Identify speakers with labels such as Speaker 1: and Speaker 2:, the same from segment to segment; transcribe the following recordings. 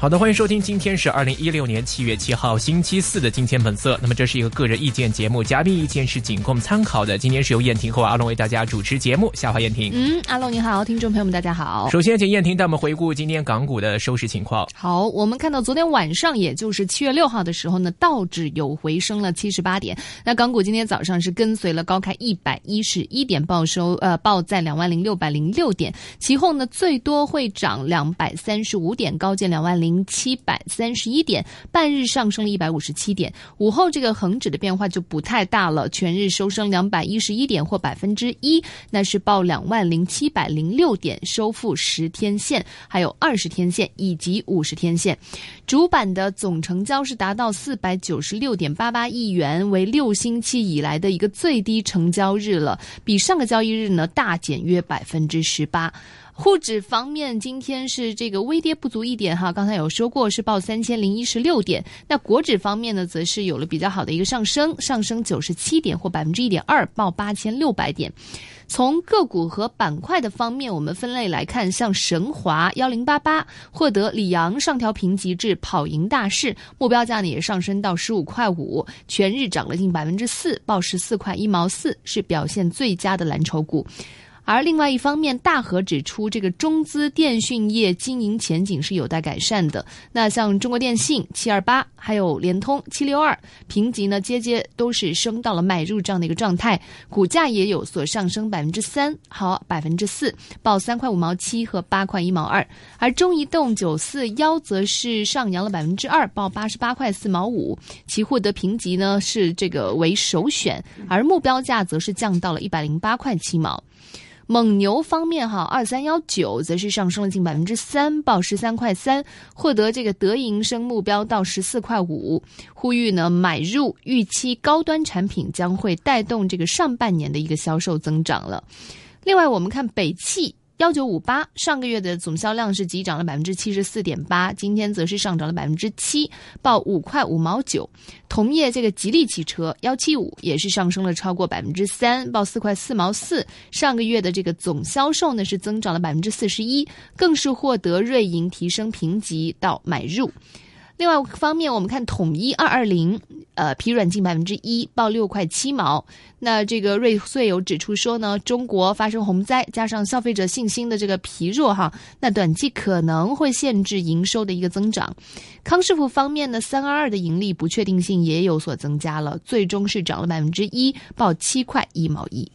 Speaker 1: 好的，欢迎收听，今天是二零一六年七月七号星期四的《金钱本色》。那么这是一个个人意见节目，嘉宾意见是仅供参考的。今天是由燕婷和我阿龙为大家主持节目，下话燕婷。
Speaker 2: 嗯，阿龙你好，听众朋友们大家好。
Speaker 1: 首先，请燕婷带我们回顾今天港股的收市情况。
Speaker 2: 好，我们看到昨天晚上，也就是七月六号的时候呢，道指有回升了七十八点。那港股今天早上是跟随了高开一百一十一点报收，呃，报在两万零六百零六点。其后呢，最多会涨两百三十五点，高见两万零七百三十一点，半日上升了一百五十七点。午后这个恒指的变化就不太大了，全日收升两百一十一点或百分之一，那是报两万零七百零六点，收复十天线、还有二十天线以及五十天线。主板的总成交是达到四百九十六点八八亿元，为六星期以来的一个最低成交日了，比上个交易日呢大减约百分之十八。沪指方面，今天是这个微跌不足一点哈，刚才有说过是报三千零一十六点。那国指方面呢，则是有了比较好的一个上升，上升九十七点或百分之一点二，报八千六百点。从个股和板块的方面，我们分类来看，像神华幺零八八获得里昂上调评级至跑赢大市，目标价呢也上升到十五块五，全日涨了近百分之四，报十四块一毛四，是表现最佳的蓝筹股。而另外一方面，大和指出，这个中资电讯业经营前景是有待改善的。那像中国电信七二八，还有联通七六二，评级呢节节都是升到了买入这样的一个状态，股价也有所上升百分之三，好百分之四，报三块五毛七和八块一毛二。而中移动九四幺则是上扬了百分之二，报八十八块四毛五，其获得评级呢是这个为首选，而目标价则是降到了一百零八块七毛。蒙牛方面，哈，二三幺九则是上升了近百分之三，报十三块三，获得这个德银升目标到十四块五，呼吁呢买入，预期高端产品将会带动这个上半年的一个销售增长了。另外，我们看北汽。幺九五八上个月的总销量是急涨了百分之七十四点八，今天则是上涨了百分之七，报五块五毛九。同业这个吉利汽车幺七五也是上升了超过百分之三，报四块四毛四。上个月的这个总销售呢是增长了百分之四十一，更是获得瑞银提升评级到买入。另外一方面，我们看统一二二零，呃，疲软近百分之一，报六块七毛。那这个瑞穗有指出说呢，中国发生洪灾，加上消费者信心的这个疲弱哈，那短期可能会限制营收的一个增长。康师傅方面呢，三二二的盈利不确定性也有所增加了，最终是涨了百分之一，报七块一毛一。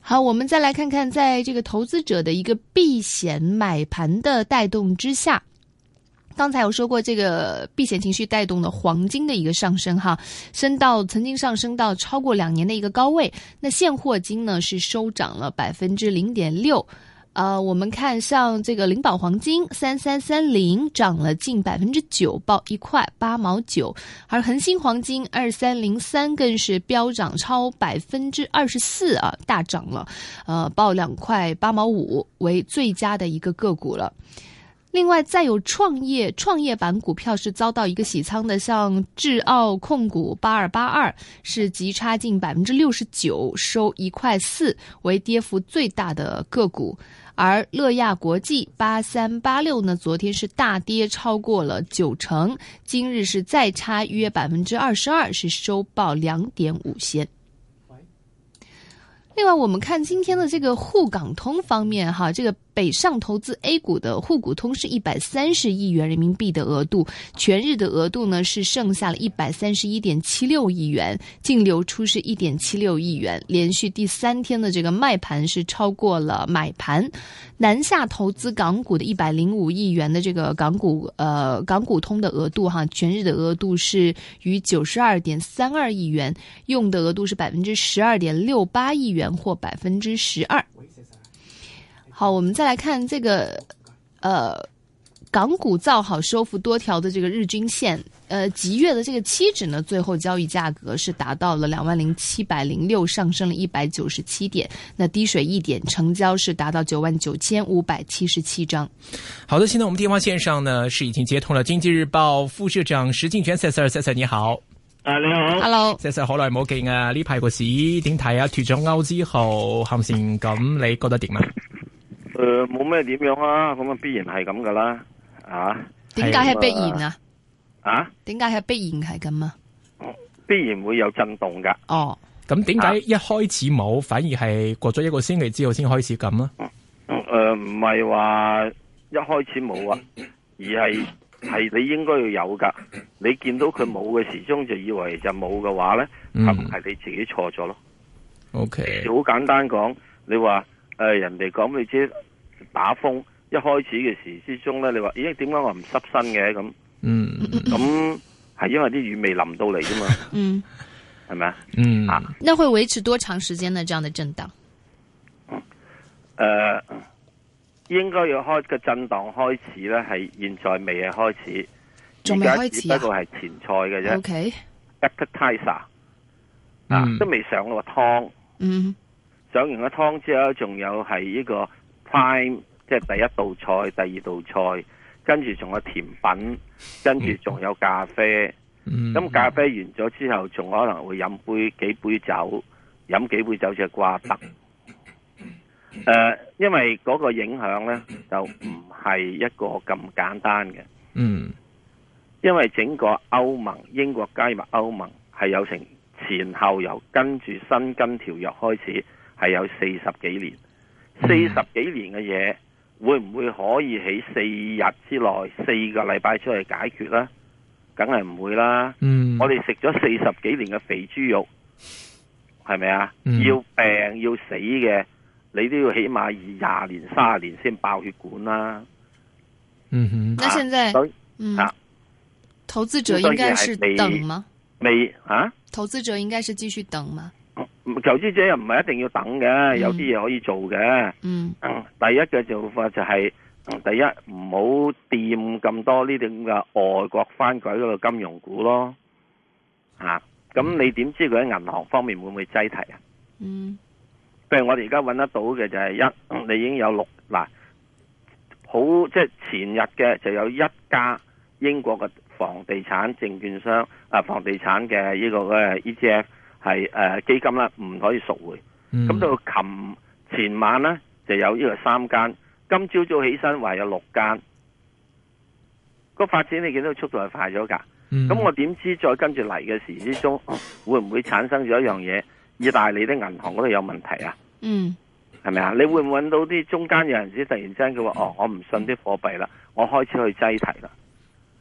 Speaker 2: 好，我们再来看看，在这个投资者的一个避险买盘的带动之下，刚才有说过，这个避险情绪带动了黄金的一个上升，哈，升到曾经上升到超过两年的一个高位。那现货金呢是收涨了百分之零点六。呃，我们看像这个灵宝黄金三三三零涨了近百分之九，报一块八毛九，而恒星黄金二三零三更是飙涨超百分之二十四啊，大涨了，呃，报两块八毛五，为最佳的一个个股了。另外，再有创业创业板股票是遭到一个洗仓的，像智奥控股八二八二是急差近百分之六十九，收一块四，为跌幅最大的个股。而乐亚国际八三八六呢，昨天是大跌超过了九成，今日是再差约百分之二十二，是收报两点五仙。另外，我们看今天的这个沪港通方面，哈，这个北上投资 A 股的沪股通是一百三十亿元人民币的额度，全日的额度呢是剩下了一百三十一点七六亿元，净流出是一点七六亿元，连续第三天的这个卖盘是超过了买盘。南下投资港股的一百零五亿元的这个港股呃港股通的额度，哈，全日的额度是逾九十二点三二亿元，用的额度是百分之十二点六八亿元。或百分之十二。好，我们再来看这个，呃，港股造好收复多条的这个日均线，呃，即月的这个期指呢，最后交易价格是达到了两万零七百零六，上升了一百九十七点，那低水一点，成交是达到九万九千五百七十七张。
Speaker 1: 好的，现在我们电话线上呢是已经接通了《经济日报》副社长石敬全 Sir Sir 你好
Speaker 3: 啊，你好，
Speaker 2: Hello，
Speaker 1: ，Sir Sir 好耐冇見啊！呢排個市點睇啊？脱咗歐之後陷線咁，你覺得點啊？
Speaker 3: 诶、呃冇咩點樣啊，咁啊必然係咁噶啦，啊
Speaker 2: 點解係必然啊？
Speaker 3: 啊，
Speaker 2: 點解係必然係咁啊？
Speaker 3: 必然會有震動噶，
Speaker 2: 哦，
Speaker 1: 咁點
Speaker 3: 啊
Speaker 1: 解一開始冇，反而係過咗一個星期之後先開始咁啊？
Speaker 3: 诶、呃唔係話一開始冇啊，而係係你應該要有噶，你見到佢冇嘅時鐘就以為就冇嘅話咧，
Speaker 1: 嗯
Speaker 3: 咁係你自己錯咗咯。
Speaker 1: O K，
Speaker 3: 好簡單講，你話诶、誒人哋講你知打風，一開始嘅時之中咧，你話咦點解我唔濕身嘅咁？
Speaker 1: 嗯
Speaker 3: 咁係因為啲雨未淋到嚟啫嘛，
Speaker 2: 嗯，
Speaker 3: 係咪啊？
Speaker 1: 嗯，
Speaker 3: 啊
Speaker 2: 那會維持多長時間呢？這樣的震盪？
Speaker 3: 诶、應該呃要開個震盪開始咧，係現在未係開始，
Speaker 2: 仲未開始啊
Speaker 3: 而家只不過係前菜嘅啫
Speaker 2: OK，
Speaker 3: appetizer 啊
Speaker 1: 嗯，
Speaker 3: 都未上到個湯，
Speaker 2: 嗯
Speaker 3: 上完個湯之後，仲有係呢個 prime，即係第一道菜、第二道菜，跟住仲有甜品，跟住仲有咖啡。
Speaker 1: 嗯，
Speaker 3: 咁咖啡完咗之後，仲可能會飲杯幾杯酒，飲幾杯酒就瓜得。
Speaker 1: 嗯
Speaker 3: 誒、因為嗰個影響呢，就唔係一個咁簡單嘅，
Speaker 1: 嗯
Speaker 3: 因為整個歐盟、英國加入歐盟係有成前後由跟住新跟條約開始係有四十幾年，
Speaker 1: 嗯
Speaker 3: 四十幾年嘅嘢會唔會可以喺四日之內四個禮拜之內解決呢？梗係唔會啦。
Speaker 1: 嗯，
Speaker 3: 我哋食咗四十幾年嘅肥豬肉，係咪啊？
Speaker 1: 嗯
Speaker 3: 要病要死嘅，你都要起碼二廿年、卅年先爆血管啦。
Speaker 1: 嗯哼
Speaker 2: 哼，那現在
Speaker 3: 所以
Speaker 2: 嗯
Speaker 3: 啊，
Speaker 2: 投資者應該是等嗎？
Speaker 3: 未啊，
Speaker 2: 投資者應該是繼續等嗎？
Speaker 3: 投資者又唔係一定要等
Speaker 1: 嗯
Speaker 3: 嘅，有啲嘢可以做嘅。
Speaker 2: 嗯
Speaker 3: 嗯第一嘅做法就係、嗯第一唔好掂咁多呢啲咁嘅外國翻鬼嗰個金融股咯。啊，咁你點知佢喺銀行方面會唔會擠提啊？
Speaker 2: 嗯
Speaker 3: 譬如我哋而家揾得到嘅就係一，你已經有六嗱，好即係前日嘅就有一家英國嘅房地產證券商啊，房地產嘅呢個嘅 ETF 係誒、呃基金啦，唔可以贖回。
Speaker 1: 嗯
Speaker 3: 咁到琴前晚呢，就有呢個三間，今朝早起身話有六間。個發展你見到速度係快咗㗎，
Speaker 1: 嗯
Speaker 3: 咁我點知再跟住嚟嘅時之中，哦會唔會產生咗一樣嘢？意大利啲銀行嗰度有問題啊？
Speaker 2: 嗯
Speaker 3: 係咪啊？你會唔會揾到啲中間有人先突然之間佢話哦，我唔信啲貨幣啦，我開始去擠提啦。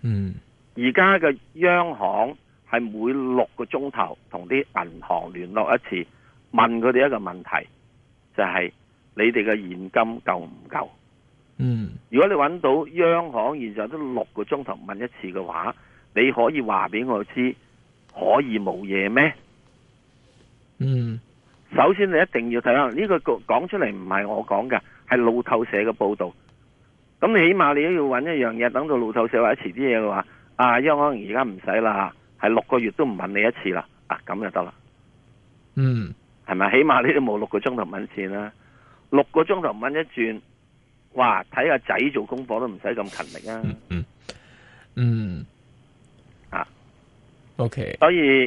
Speaker 1: 嗯
Speaker 3: 而家嘅央行係每六個鐘頭同啲銀行聯絡一次，問佢哋一個問題，就係你哋嘅現金夠唔夠？
Speaker 1: 嗯
Speaker 3: 如果你揾到央行現在都六個鐘頭問一次嘅話，你可以話俾我知可以冇嘢咩？
Speaker 1: 嗯
Speaker 3: 首先你一定要睇下呢個講出嚟唔係我講嘅，係路透社嘅報導。咁你起碼你都要揾一樣嘢，等到路透社或者遲啲嘢嘅話，啊，央行而家唔使啦，係六個月都唔問你一次啦，啊，咁就得啦，
Speaker 1: 嗯
Speaker 3: 係咪？起碼你都冇六個鐘頭問一次啦，六個鐘頭問一轉，哇！睇下仔做功課都唔使咁勤力啊，
Speaker 1: 嗯嗯嗯
Speaker 3: 啊
Speaker 1: ，O K，
Speaker 3: 所以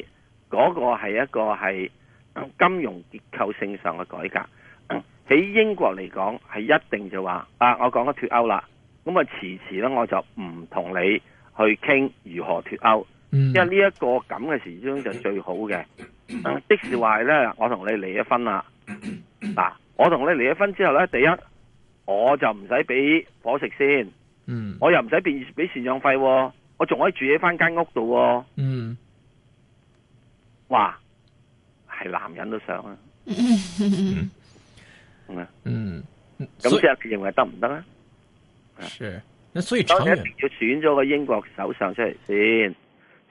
Speaker 3: 嗰個係一個係嗯金融結構性上嘅改革。嗯喺英國嚟講係一定就話啊，我講咗脱歐啦，咁啊遲遲咧我就唔同你去傾如何脱歐，
Speaker 1: 嗯
Speaker 3: 因為呢一個咁嘅時鐘就最好嘅。嗯即使話咧，我同你離咗婚啦，嗱，我同你離咗婚之後咧，第一我就唔使俾伙食先，
Speaker 1: 嗯
Speaker 3: 我又唔使俾俾赡養費喎，我仲可以住喺翻間屋度喎。
Speaker 1: 嗯
Speaker 3: 哇，係男人都想啊，
Speaker 2: 嗯
Speaker 3: 咁啊
Speaker 1: 嗯，
Speaker 3: 咁
Speaker 1: 所以
Speaker 3: 即係佢認為得唔得啊？
Speaker 1: 是那所以
Speaker 3: 當
Speaker 1: 長
Speaker 3: 然一定
Speaker 1: 遠
Speaker 3: 要選咗個英國首相出嚟先，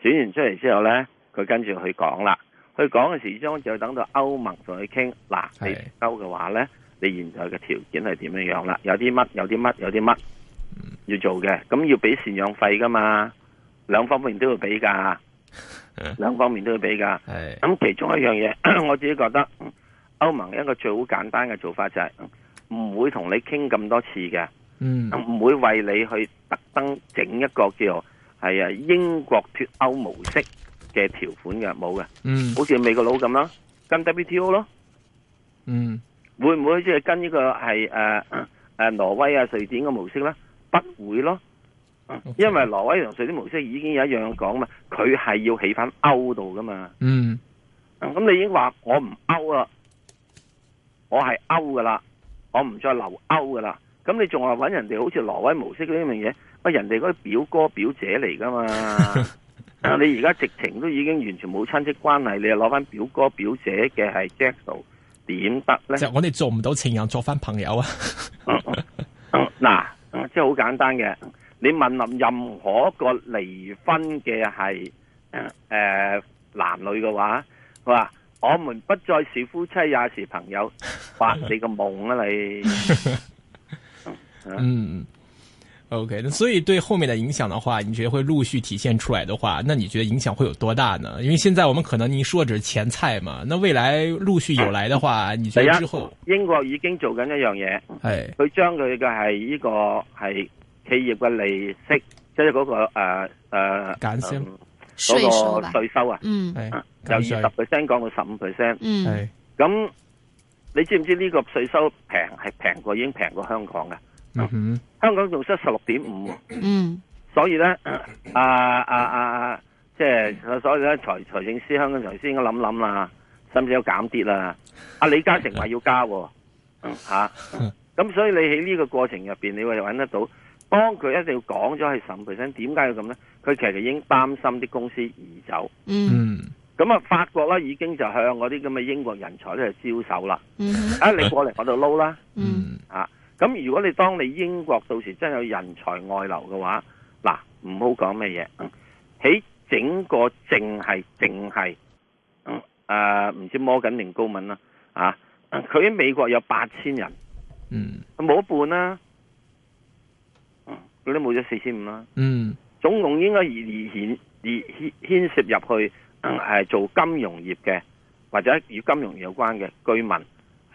Speaker 3: 選完出嚟之後呢，佢跟住去講啦。去講嘅時鐘就等到歐盟同佢傾，嗱，
Speaker 1: 係
Speaker 3: 你
Speaker 1: 嗯
Speaker 3: 歐嘅話呢，你現在嘅條件係點樣樣啦？有啲乜，有啲乜，有啲乜。要做嘅，咁要俾赡養費噶嘛，兩方面都要俾 噶，兩方面都要俾噶。
Speaker 4: 係
Speaker 3: 咁其中一樣嘢， 我自己覺得嗯歐盟一個最好簡單嘅做法就係嗯唔會同你傾咁多次嘅，
Speaker 1: 嗯
Speaker 3: 唔會為你去特登整一個叫係啊英國脱歐模式嘅條款嘅，冇嘅，
Speaker 1: 嗯
Speaker 3: 好似美國佬咁啦，跟 WTO 咯。
Speaker 1: 嗯
Speaker 3: 會唔會即係跟呢個係誒 誒挪威啊、瑞典嘅模式咧？不會咯，嗯因為挪威同瑞典模式已經有一樣講嘛，佢係要起翻歐度噶嘛。
Speaker 1: 嗯
Speaker 3: 啊咁你已經話我唔歐啦，我係歐噶啦，我唔再留歐噶啦。咁你仲話揾人哋好似挪威模式嗰啲樣嘢？喂，人哋嗰啲表哥表姐嚟噶嘛？啊你而家直情都已經完全冇親戚關係，你又攞翻表哥表姐嘅係 j a c k 度，點得咧？
Speaker 1: 就我哋做唔到情人，做翻朋友啊！
Speaker 3: 嗯嗱，即係好簡單嘅。你問任任何一個離婚嘅係嗯誒男女嘅話，佢話我們不再是夫妻，也是朋友。 發你個夢啊你！
Speaker 1: 嗯，OK，那所以对后面的影响的话，你觉得会陆续体现出来的话，那你觉得影响会有多大呢？因为现在我们可能您说只是前菜嘛，那未来陆续有来的话，你觉
Speaker 3: 第
Speaker 1: 得之后，
Speaker 3: 一，英國已經做緊一樣嘢，
Speaker 1: 哎，
Speaker 3: 佢將佢嘅係呢個係企業嘅利息，即係嗰個誒誒
Speaker 1: 減息
Speaker 3: 嗯
Speaker 2: 税收
Speaker 3: 嗰個
Speaker 2: 吧，
Speaker 3: 税收啊，
Speaker 2: 嗯
Speaker 1: 哎
Speaker 3: 由二
Speaker 1: 感
Speaker 3: 十
Speaker 1: 谢，
Speaker 3: percent 降到十五 percent。
Speaker 2: 嗯
Speaker 1: 哎，
Speaker 3: 咁你知唔知呢個税收平係平過已經平過香港嘅？
Speaker 1: 嗯哼，
Speaker 3: 香港仲得十六點五，
Speaker 2: 嗯
Speaker 3: 所以咧，啊啊啊，即係所以咧，財財政司香港財政司應該諗諗啦，甚至有減跌啦。阿李嘉誠話要加喎，嚇、咁所以你喺呢個過程入邊，你會揾得到，當佢一定要講咗係十 percent，點解要咁咧？佢其實已經擔心啲公司移走。
Speaker 2: 嗯
Speaker 1: 嗯
Speaker 3: 咁啊，法國咧已經就向嗰啲咁嘅英國人才咧就招手啦。
Speaker 2: 嗯
Speaker 3: 啊，你過嚟我度撈啦！
Speaker 2: 嗯
Speaker 1: 嗯
Speaker 3: 啊，咁如果你當你英國到時真有人才外流嘅話，嗱，唔好講咩嘢，嗯喺整個淨係淨係，嗯誒唔知摩根定高敏啦，啊，佢喺美國有八千人，
Speaker 1: 嗯
Speaker 3: 冇一半啦，嗯佢都冇咗四千五啦，
Speaker 1: 嗯
Speaker 3: 總共應該而而牽而牽牽涉入去嗯係做金融業嘅或者與金融業有關嘅居民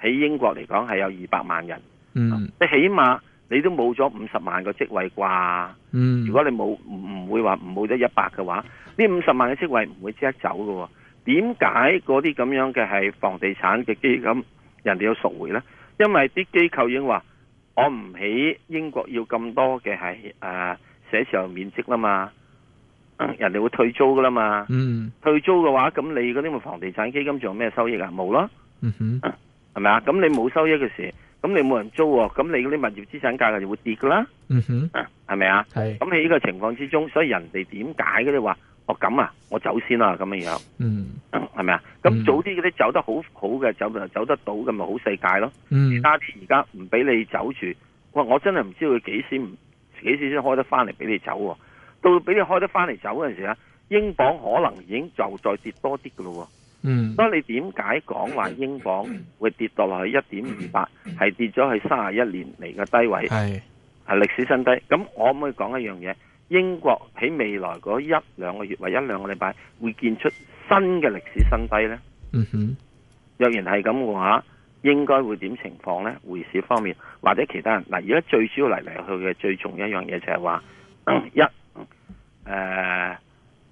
Speaker 3: 喺英國嚟講係有二百萬人。
Speaker 1: 嗯
Speaker 3: 你起碼你都冇咗五十萬個職位啩？
Speaker 1: 嗯，
Speaker 3: 如果你冇唔唔會話唔冇咗一百嘅話，呢五十萬嘅職位唔會即刻走嘅喎。點解嗰啲咁樣嘅係房地產嘅基金人哋要贖回呢？因為啲機構已經話我唔喺英國要咁多嘅係誒寫字樓面積啦嘛，嗯人哋會退租噶啦嘛。
Speaker 1: 嗯
Speaker 3: 退租嘅話，咁你嗰啲咪房地產基金仲有咩收益啊？冇啦。
Speaker 1: 嗯哼，
Speaker 3: 係咪啊？咁你冇收益嘅時，咁你冇人租喎，咁你嗰啲物業資產價格就會跌噶啦，
Speaker 1: 嗯哼，
Speaker 3: 係咪啊？
Speaker 1: 系，
Speaker 3: 咁喺呢個情況之中，所以人哋點解嘅你話，哦咁啊，我走先啦咁樣樣，
Speaker 1: 嗯
Speaker 3: 係咪啊？
Speaker 1: 嗯
Speaker 3: 咁早啲嗰啲走得好好嘅，走就走得到嘅咪好世界咯。
Speaker 1: 嗯
Speaker 3: 差啲而家唔俾你走住，哇！我真係唔知佢幾時唔幾時先開得翻嚟俾你走喎。到俾你開得翻嚟走嗰陣時咧，英鎊可能已經就再跌多啲嘅咯喎。
Speaker 1: 嗯
Speaker 3: 所以你點解講話英鎊會跌到落去一點二八，係跌咗去三十一年嚟嘅低位，
Speaker 1: 系，
Speaker 3: 係歷史新低。咁我可唔可以講一樣嘢？英國喺未來嗰一兩個月或一兩個禮拜會見出新嘅歷史新低呢？
Speaker 1: 嗯哼，
Speaker 3: 若然係咁嘅話，應該會點情況呢？匯市方面或者其他人嗱，而家最主要嚟嚟去嘅最重要一樣嘢就係話、 一誒啲、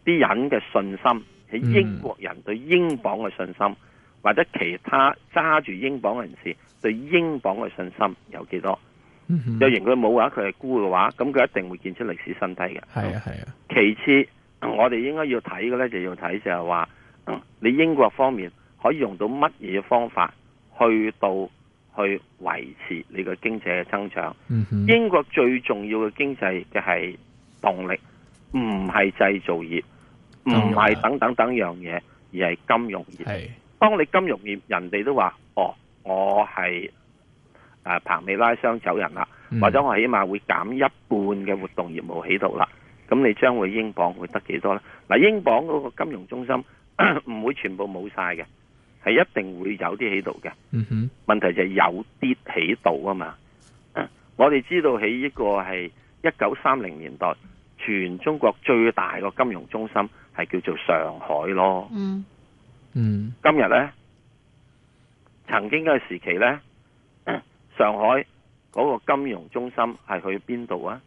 Speaker 3: 人嘅信心，喺英國人對英鎊嘅信心，或者其他揸住英鎊嘅人士對英鎊嘅信心有幾多？
Speaker 1: 嗯哼，
Speaker 3: 若然佢冇嘅話，佢係沽嘅話，咁佢一定會見出歷史新低嘅。
Speaker 1: 系啊系啊，
Speaker 3: 其次，我哋應該要睇嘅呢，就要睇就係話，嗯你英國方面可以用到乜嘢方法去到去維持你個經濟嘅增長。
Speaker 1: 嗯哼，
Speaker 3: 英國最重要嘅經濟嘅係動力，唔係製造業，唔係等等等樣嘢，而係金融業。
Speaker 1: 系，
Speaker 3: 當你金融業人哋都話，哦，我係誒彭美拉雙走人啦。
Speaker 1: 嗯
Speaker 3: 或者我起碼會減一半嘅活動業務喺度啦。咁你將會英鎊會得幾多呢？嗱，英鎊嗰個金融中心唔會全部冇晒嘅，係一定會有啲喺度嘅。
Speaker 1: 嗯哼，
Speaker 3: 問題就係有啲喺度啊嘛。我哋知道喺呢個係一九三零年代全中國最大個金融中心係叫做上海咯。
Speaker 2: 嗯
Speaker 1: 嗯
Speaker 3: 今日呢，曾經嘅時期 呢，嗯上海嗰個金融中心係去邊度啊？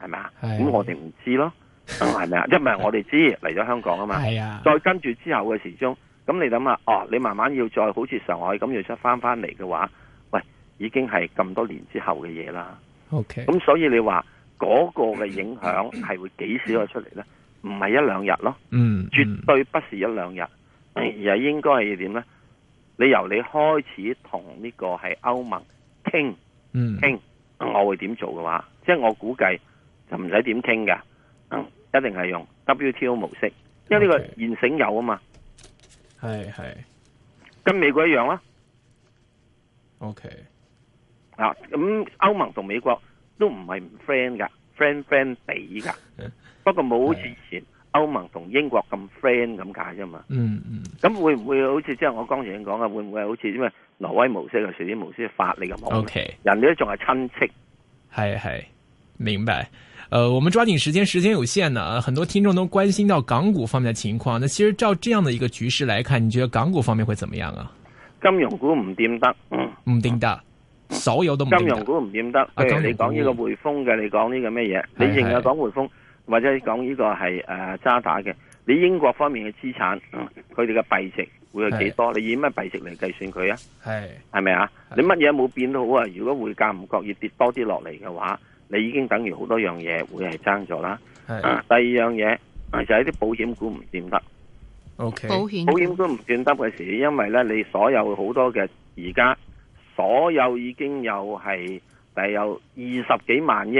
Speaker 3: 係咪啊？
Speaker 1: 係
Speaker 3: 咁我哋唔 知咯，係咪啊？因為我哋知嚟咗香港啊嘛。
Speaker 1: 係啊，
Speaker 3: 再跟住之後嘅時鐘，咁你諗下，哦，你慢慢要再好似上海咁要出翻翻嚟嘅話，喂，已經係咁多年之後嘅嘢啦。
Speaker 1: OK，
Speaker 3: 咁所以你話嗰、個嘅影響係會幾時可以出嚟呢？唔係一兩日咯，
Speaker 1: 嗯，
Speaker 3: 絕對不是一兩日，而係應該係點呢？你由你開始同呢個係歐盟傾
Speaker 1: 嗯嗯
Speaker 3: 傾，我會點做嘅話，即係我估計就唔使點傾嘅，嗯一定係用 WTO 模式，因為呢個
Speaker 1: OK
Speaker 3: 現成有啊嘛。
Speaker 1: 係係
Speaker 3: 跟美國一樣啦。
Speaker 1: OK，
Speaker 3: 啊，咁歐盟同美國都唔係唔 friend 噶，friend friend 地 噶。不過冇好似以前歐盟同英國咁 friend 咁解啫嘛。
Speaker 1: 嗯嗯
Speaker 3: 咁會唔會好似即係我剛才已經講啊？會唔會好似因為挪威模式啊、瑞典模式、法理咁好呢
Speaker 1: ，OK，
Speaker 3: 人哋都仲係親戚。
Speaker 1: 嗨嗨，明白。呃，我们抓紧时间，时间有限呢，呃很多听众都关心到港股方面的情况。那其实照这样的一个局势来看，你觉得港股方面会怎么样啊？
Speaker 3: 金融股唔掂得，嗯
Speaker 1: 唔定得，所有都唔
Speaker 3: 金
Speaker 1: 定
Speaker 3: 融
Speaker 1: 得。
Speaker 3: 股唔掂得。譬如你講呢個匯豐嘅，你講呢個咩嘢？你
Speaker 1: 係
Speaker 3: 認啊
Speaker 1: 係
Speaker 3: 講匯豐，或者講呢個係誒渣打嘅，你英國方面嘅資產，嗯佢哋嘅幣值會係幾多？你以乜幣值嚟計算佢啊？
Speaker 1: 係
Speaker 3: 係咪啊？
Speaker 1: 係
Speaker 3: 你乜嘢冇變都好啊！如果匯價唔覺意跌多啲落嚟嘅話，你已經等於好多樣嘢會係爭咗啦。
Speaker 1: 係
Speaker 3: 啊第二樣嘢就係啲保險股唔掂得，
Speaker 1: ，OK，
Speaker 2: 保險
Speaker 3: 保險股唔掂得嘅時，因為咧你所有好多嘅而家所有已經有係第有二十幾萬億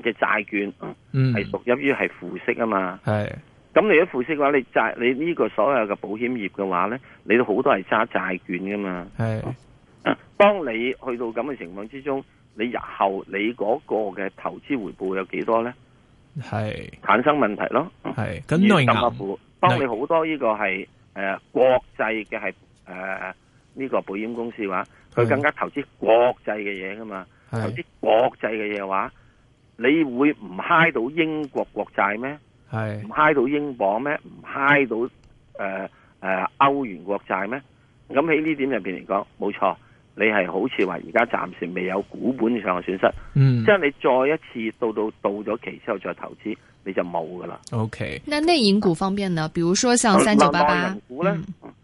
Speaker 3: 嘅債券
Speaker 1: 嗯，
Speaker 3: 係屬於係負息啊嘛。
Speaker 1: 係
Speaker 3: 咁你一負息嘅話，你債你呢個所有嘅保險業嘅話咧，你都好多係揸債券噶嘛。
Speaker 1: 係
Speaker 3: 當你去到咁嘅情況之中，你日後你嗰個嘅投資回報有幾多呢？
Speaker 1: 係
Speaker 3: 產生問題咯。
Speaker 1: 係，咁內
Speaker 3: 而甚或
Speaker 1: 銀
Speaker 3: 乎當你好多呢個係誒、呃、國際嘅係誒呢個保險公司嘅話，佢
Speaker 1: 係
Speaker 3: 更加投資國際嘅嘢噶嘛，投
Speaker 1: 係
Speaker 3: 資國際嘅嘢嘅話，你會唔嗨到英國國債咩？唔
Speaker 1: 係
Speaker 3: 嗨到英鎊咩？唔嗨到誒誒、呃呃、歐元國債咩？咁喺呢點入邊嚟講，冇錯，你係好似話而家暫時未有股本上嘅損失，
Speaker 1: 嗯
Speaker 3: 即係你再一次到到到咗期之後再投資，你就冇噶啦。
Speaker 1: ，OK，
Speaker 2: 那內銀股方面呢？比如說像
Speaker 3: 咁
Speaker 2: 三九八
Speaker 3: 內
Speaker 2: 八
Speaker 3: 銀，股呢，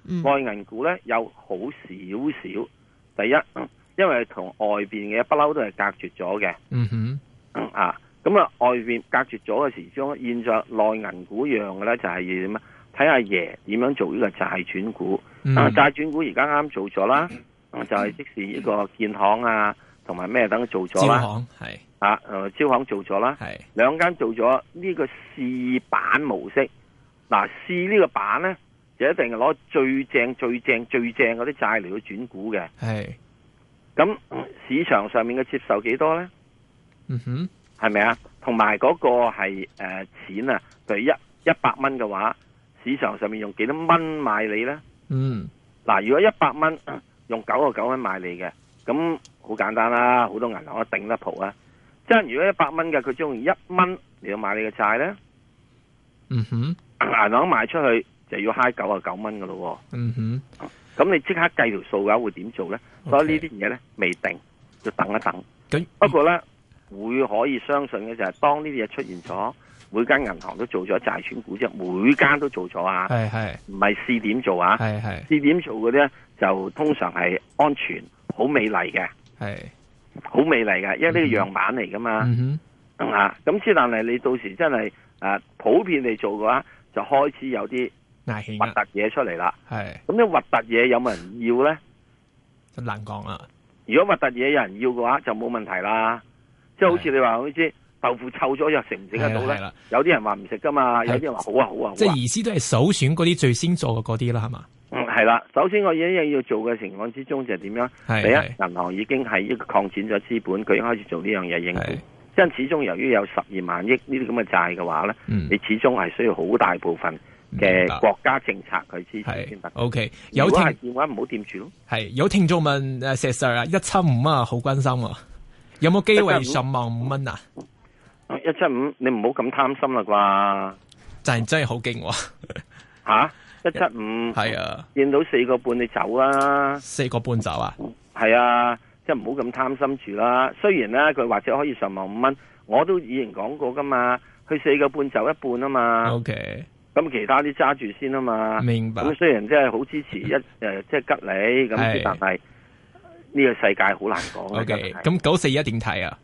Speaker 2: 嗯
Speaker 3: 外銀股呢，有好少少，第一，嗯因為同外邊嘅不嬲都係隔絕咗嘅。
Speaker 1: 嗯哼，
Speaker 3: 嗯啊，咁啊外邊隔絕咗嘅時鐘，現在內銀股一樣嘅咧就係要點啊？睇下爺點樣做呢個債轉股。
Speaker 1: 嗯
Speaker 3: 啊，債轉股而家啱做咗啦，啊就係即使呢個建行啊，同埋咩等做咗
Speaker 1: 招
Speaker 3: 啦，
Speaker 1: 行係
Speaker 3: 啊，誒招行做咗啦，
Speaker 1: 係
Speaker 3: 兩間做咗呢個試板模式。嗱、試呢個板咧，就一定係攞最正、最正、最正嗰啲債嚟去轉股嘅。
Speaker 1: 係，
Speaker 3: 咁市場上面嘅接受幾多咧？
Speaker 1: 嗯哼，
Speaker 3: 係咪啊？同埋嗰個係誒、呃、錢啊，譬如一一百蚊嘅話，市場上面用幾多蚊買你呢？
Speaker 1: 嗯
Speaker 3: 嗱，如果一百蚊 呃用九個九蚊買你嘅，咁好簡單啦，好多銀行一定得蒲啊！即係如果一百蚊嘅，佢將用一蚊嚟到買你嘅債呢，
Speaker 1: 嗯哼，
Speaker 3: 銀行賣出去就要嗨九啊九蚊嘅咯
Speaker 1: 嗯哼
Speaker 3: 喎，咁你即刻計條數嘅話會點做呢？所以呢
Speaker 1: OK
Speaker 3: 啲嘢呢，未定，要等一等。
Speaker 1: 咁
Speaker 3: 不過呢，會可以相信嘅就係當呢啲嘢出現咗，每間銀行都做咗債券股啫，每間都做咗啊，
Speaker 1: 係係
Speaker 3: 唔係試點做啊，
Speaker 1: 係係
Speaker 3: 試點做嗰啲呢，就通常係安全、好美麗嘅，
Speaker 1: 係，
Speaker 3: 好美麗嘅，因為呢個樣板嚟噶嘛，
Speaker 1: 嗯哼，
Speaker 3: 啊，咁之但係你到時真係啊普遍嚟做嘅話，就開始有啲
Speaker 1: 危險
Speaker 3: 核
Speaker 1: 啊，
Speaker 3: 突嘢出嚟啦。
Speaker 1: 係
Speaker 3: 咁啲核突嘢有冇人要呢？
Speaker 1: 就難講啦，
Speaker 3: 如果核突嘢有人要嘅話，就冇問題啦。即係好似你話好似豆腐臭咗又食唔食得
Speaker 1: 係啦
Speaker 3: 到
Speaker 1: 係
Speaker 3: 呢？
Speaker 1: 啦，
Speaker 3: 有啲人話唔食噶嘛，
Speaker 1: 係
Speaker 3: 有啲人話好啊好啊
Speaker 1: 即
Speaker 3: 好啊
Speaker 1: 係。意思都係首選嗰啲最先做嘅嗰啲啦，係嘛？
Speaker 3: 嗯，係啦。首先我一樣要做嘅情況之中就係點樣？
Speaker 1: 係
Speaker 3: 第
Speaker 1: 係
Speaker 3: 一，銀行已經係一個擴展咗資本，佢已經開始做呢樣嘢應付
Speaker 1: 係。
Speaker 3: 因為始終由於有十二萬億呢啲咁嘅債嘅話呢，
Speaker 1: 嗯
Speaker 3: 你始終係需要好大部分嘅
Speaker 1: 明白
Speaker 3: 國家政策去支持
Speaker 1: 係
Speaker 3: 先得。
Speaker 1: OK，有
Speaker 3: 如果
Speaker 1: 聽
Speaker 3: 係嘅話，唔好掂住咯。
Speaker 1: 係有聽眾呃問誒石 Sir 啊，一七五啊，好關心啊，有冇機會
Speaker 3: 175
Speaker 1: 上萬五蚊啊？
Speaker 3: 一七五，你唔好咁貪心啦啩
Speaker 1: 但係真係好勁喎，
Speaker 3: 吓，一七五
Speaker 1: 啊係啊，
Speaker 3: 見到四個半你走啦，
Speaker 1: 四個半走啊，
Speaker 3: 係啊，即係唔好咁貪心住啦。雖然咧佢或者可以上望五蚊，我都以前講過噶嘛，去四個半走一半啊嘛，
Speaker 1: ，OK，
Speaker 3: 咁其他啲揸住先啊嘛。
Speaker 1: 明白，
Speaker 3: 咁雖然即係好支持一誒，即係吉你
Speaker 1: 係
Speaker 3: 咁，但係呢個世界好難講嘅
Speaker 1: OK，
Speaker 3: 真係嗯
Speaker 1: 咁九四一點睇啊？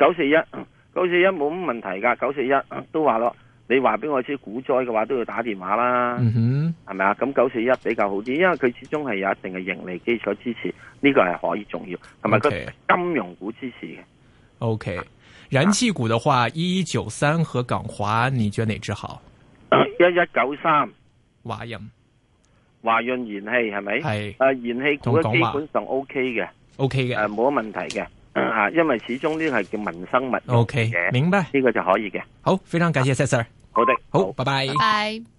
Speaker 3: 九四一，九四一冇乜問題㗎。九四一都話咯，你話俾我知股災嘅話都要打電話啦，
Speaker 1: 嗯哼，
Speaker 3: 係咪啊？咁九四一比較好啲，因為佢始終係有一定嘅盈利基礎支持，呢、個係可以重要，同埋佢
Speaker 1: OK
Speaker 3: 金融股支持嘅。
Speaker 1: OK，燃气股的话，一一九三和港华，你觉得哪只好？
Speaker 3: 一一九三
Speaker 1: 华润
Speaker 3: 華潤燃氣係咪？
Speaker 1: 系
Speaker 3: 誒燃氣
Speaker 1: 仲
Speaker 3: 股咧
Speaker 1: 講
Speaker 3: 基
Speaker 1: 話
Speaker 3: 本上 O K 嘅，
Speaker 1: OK
Speaker 3: 誒
Speaker 1: 嘅
Speaker 3: 冇乜問題嘅，啊，因為始終呢個係叫民生物業
Speaker 1: ，OK，
Speaker 3: 嘅，
Speaker 1: 明白。
Speaker 3: 呢個就可以嘅。
Speaker 1: 好，非常感谢 Sir，
Speaker 3: 好的，
Speaker 1: 好，拜拜
Speaker 2: 拜拜。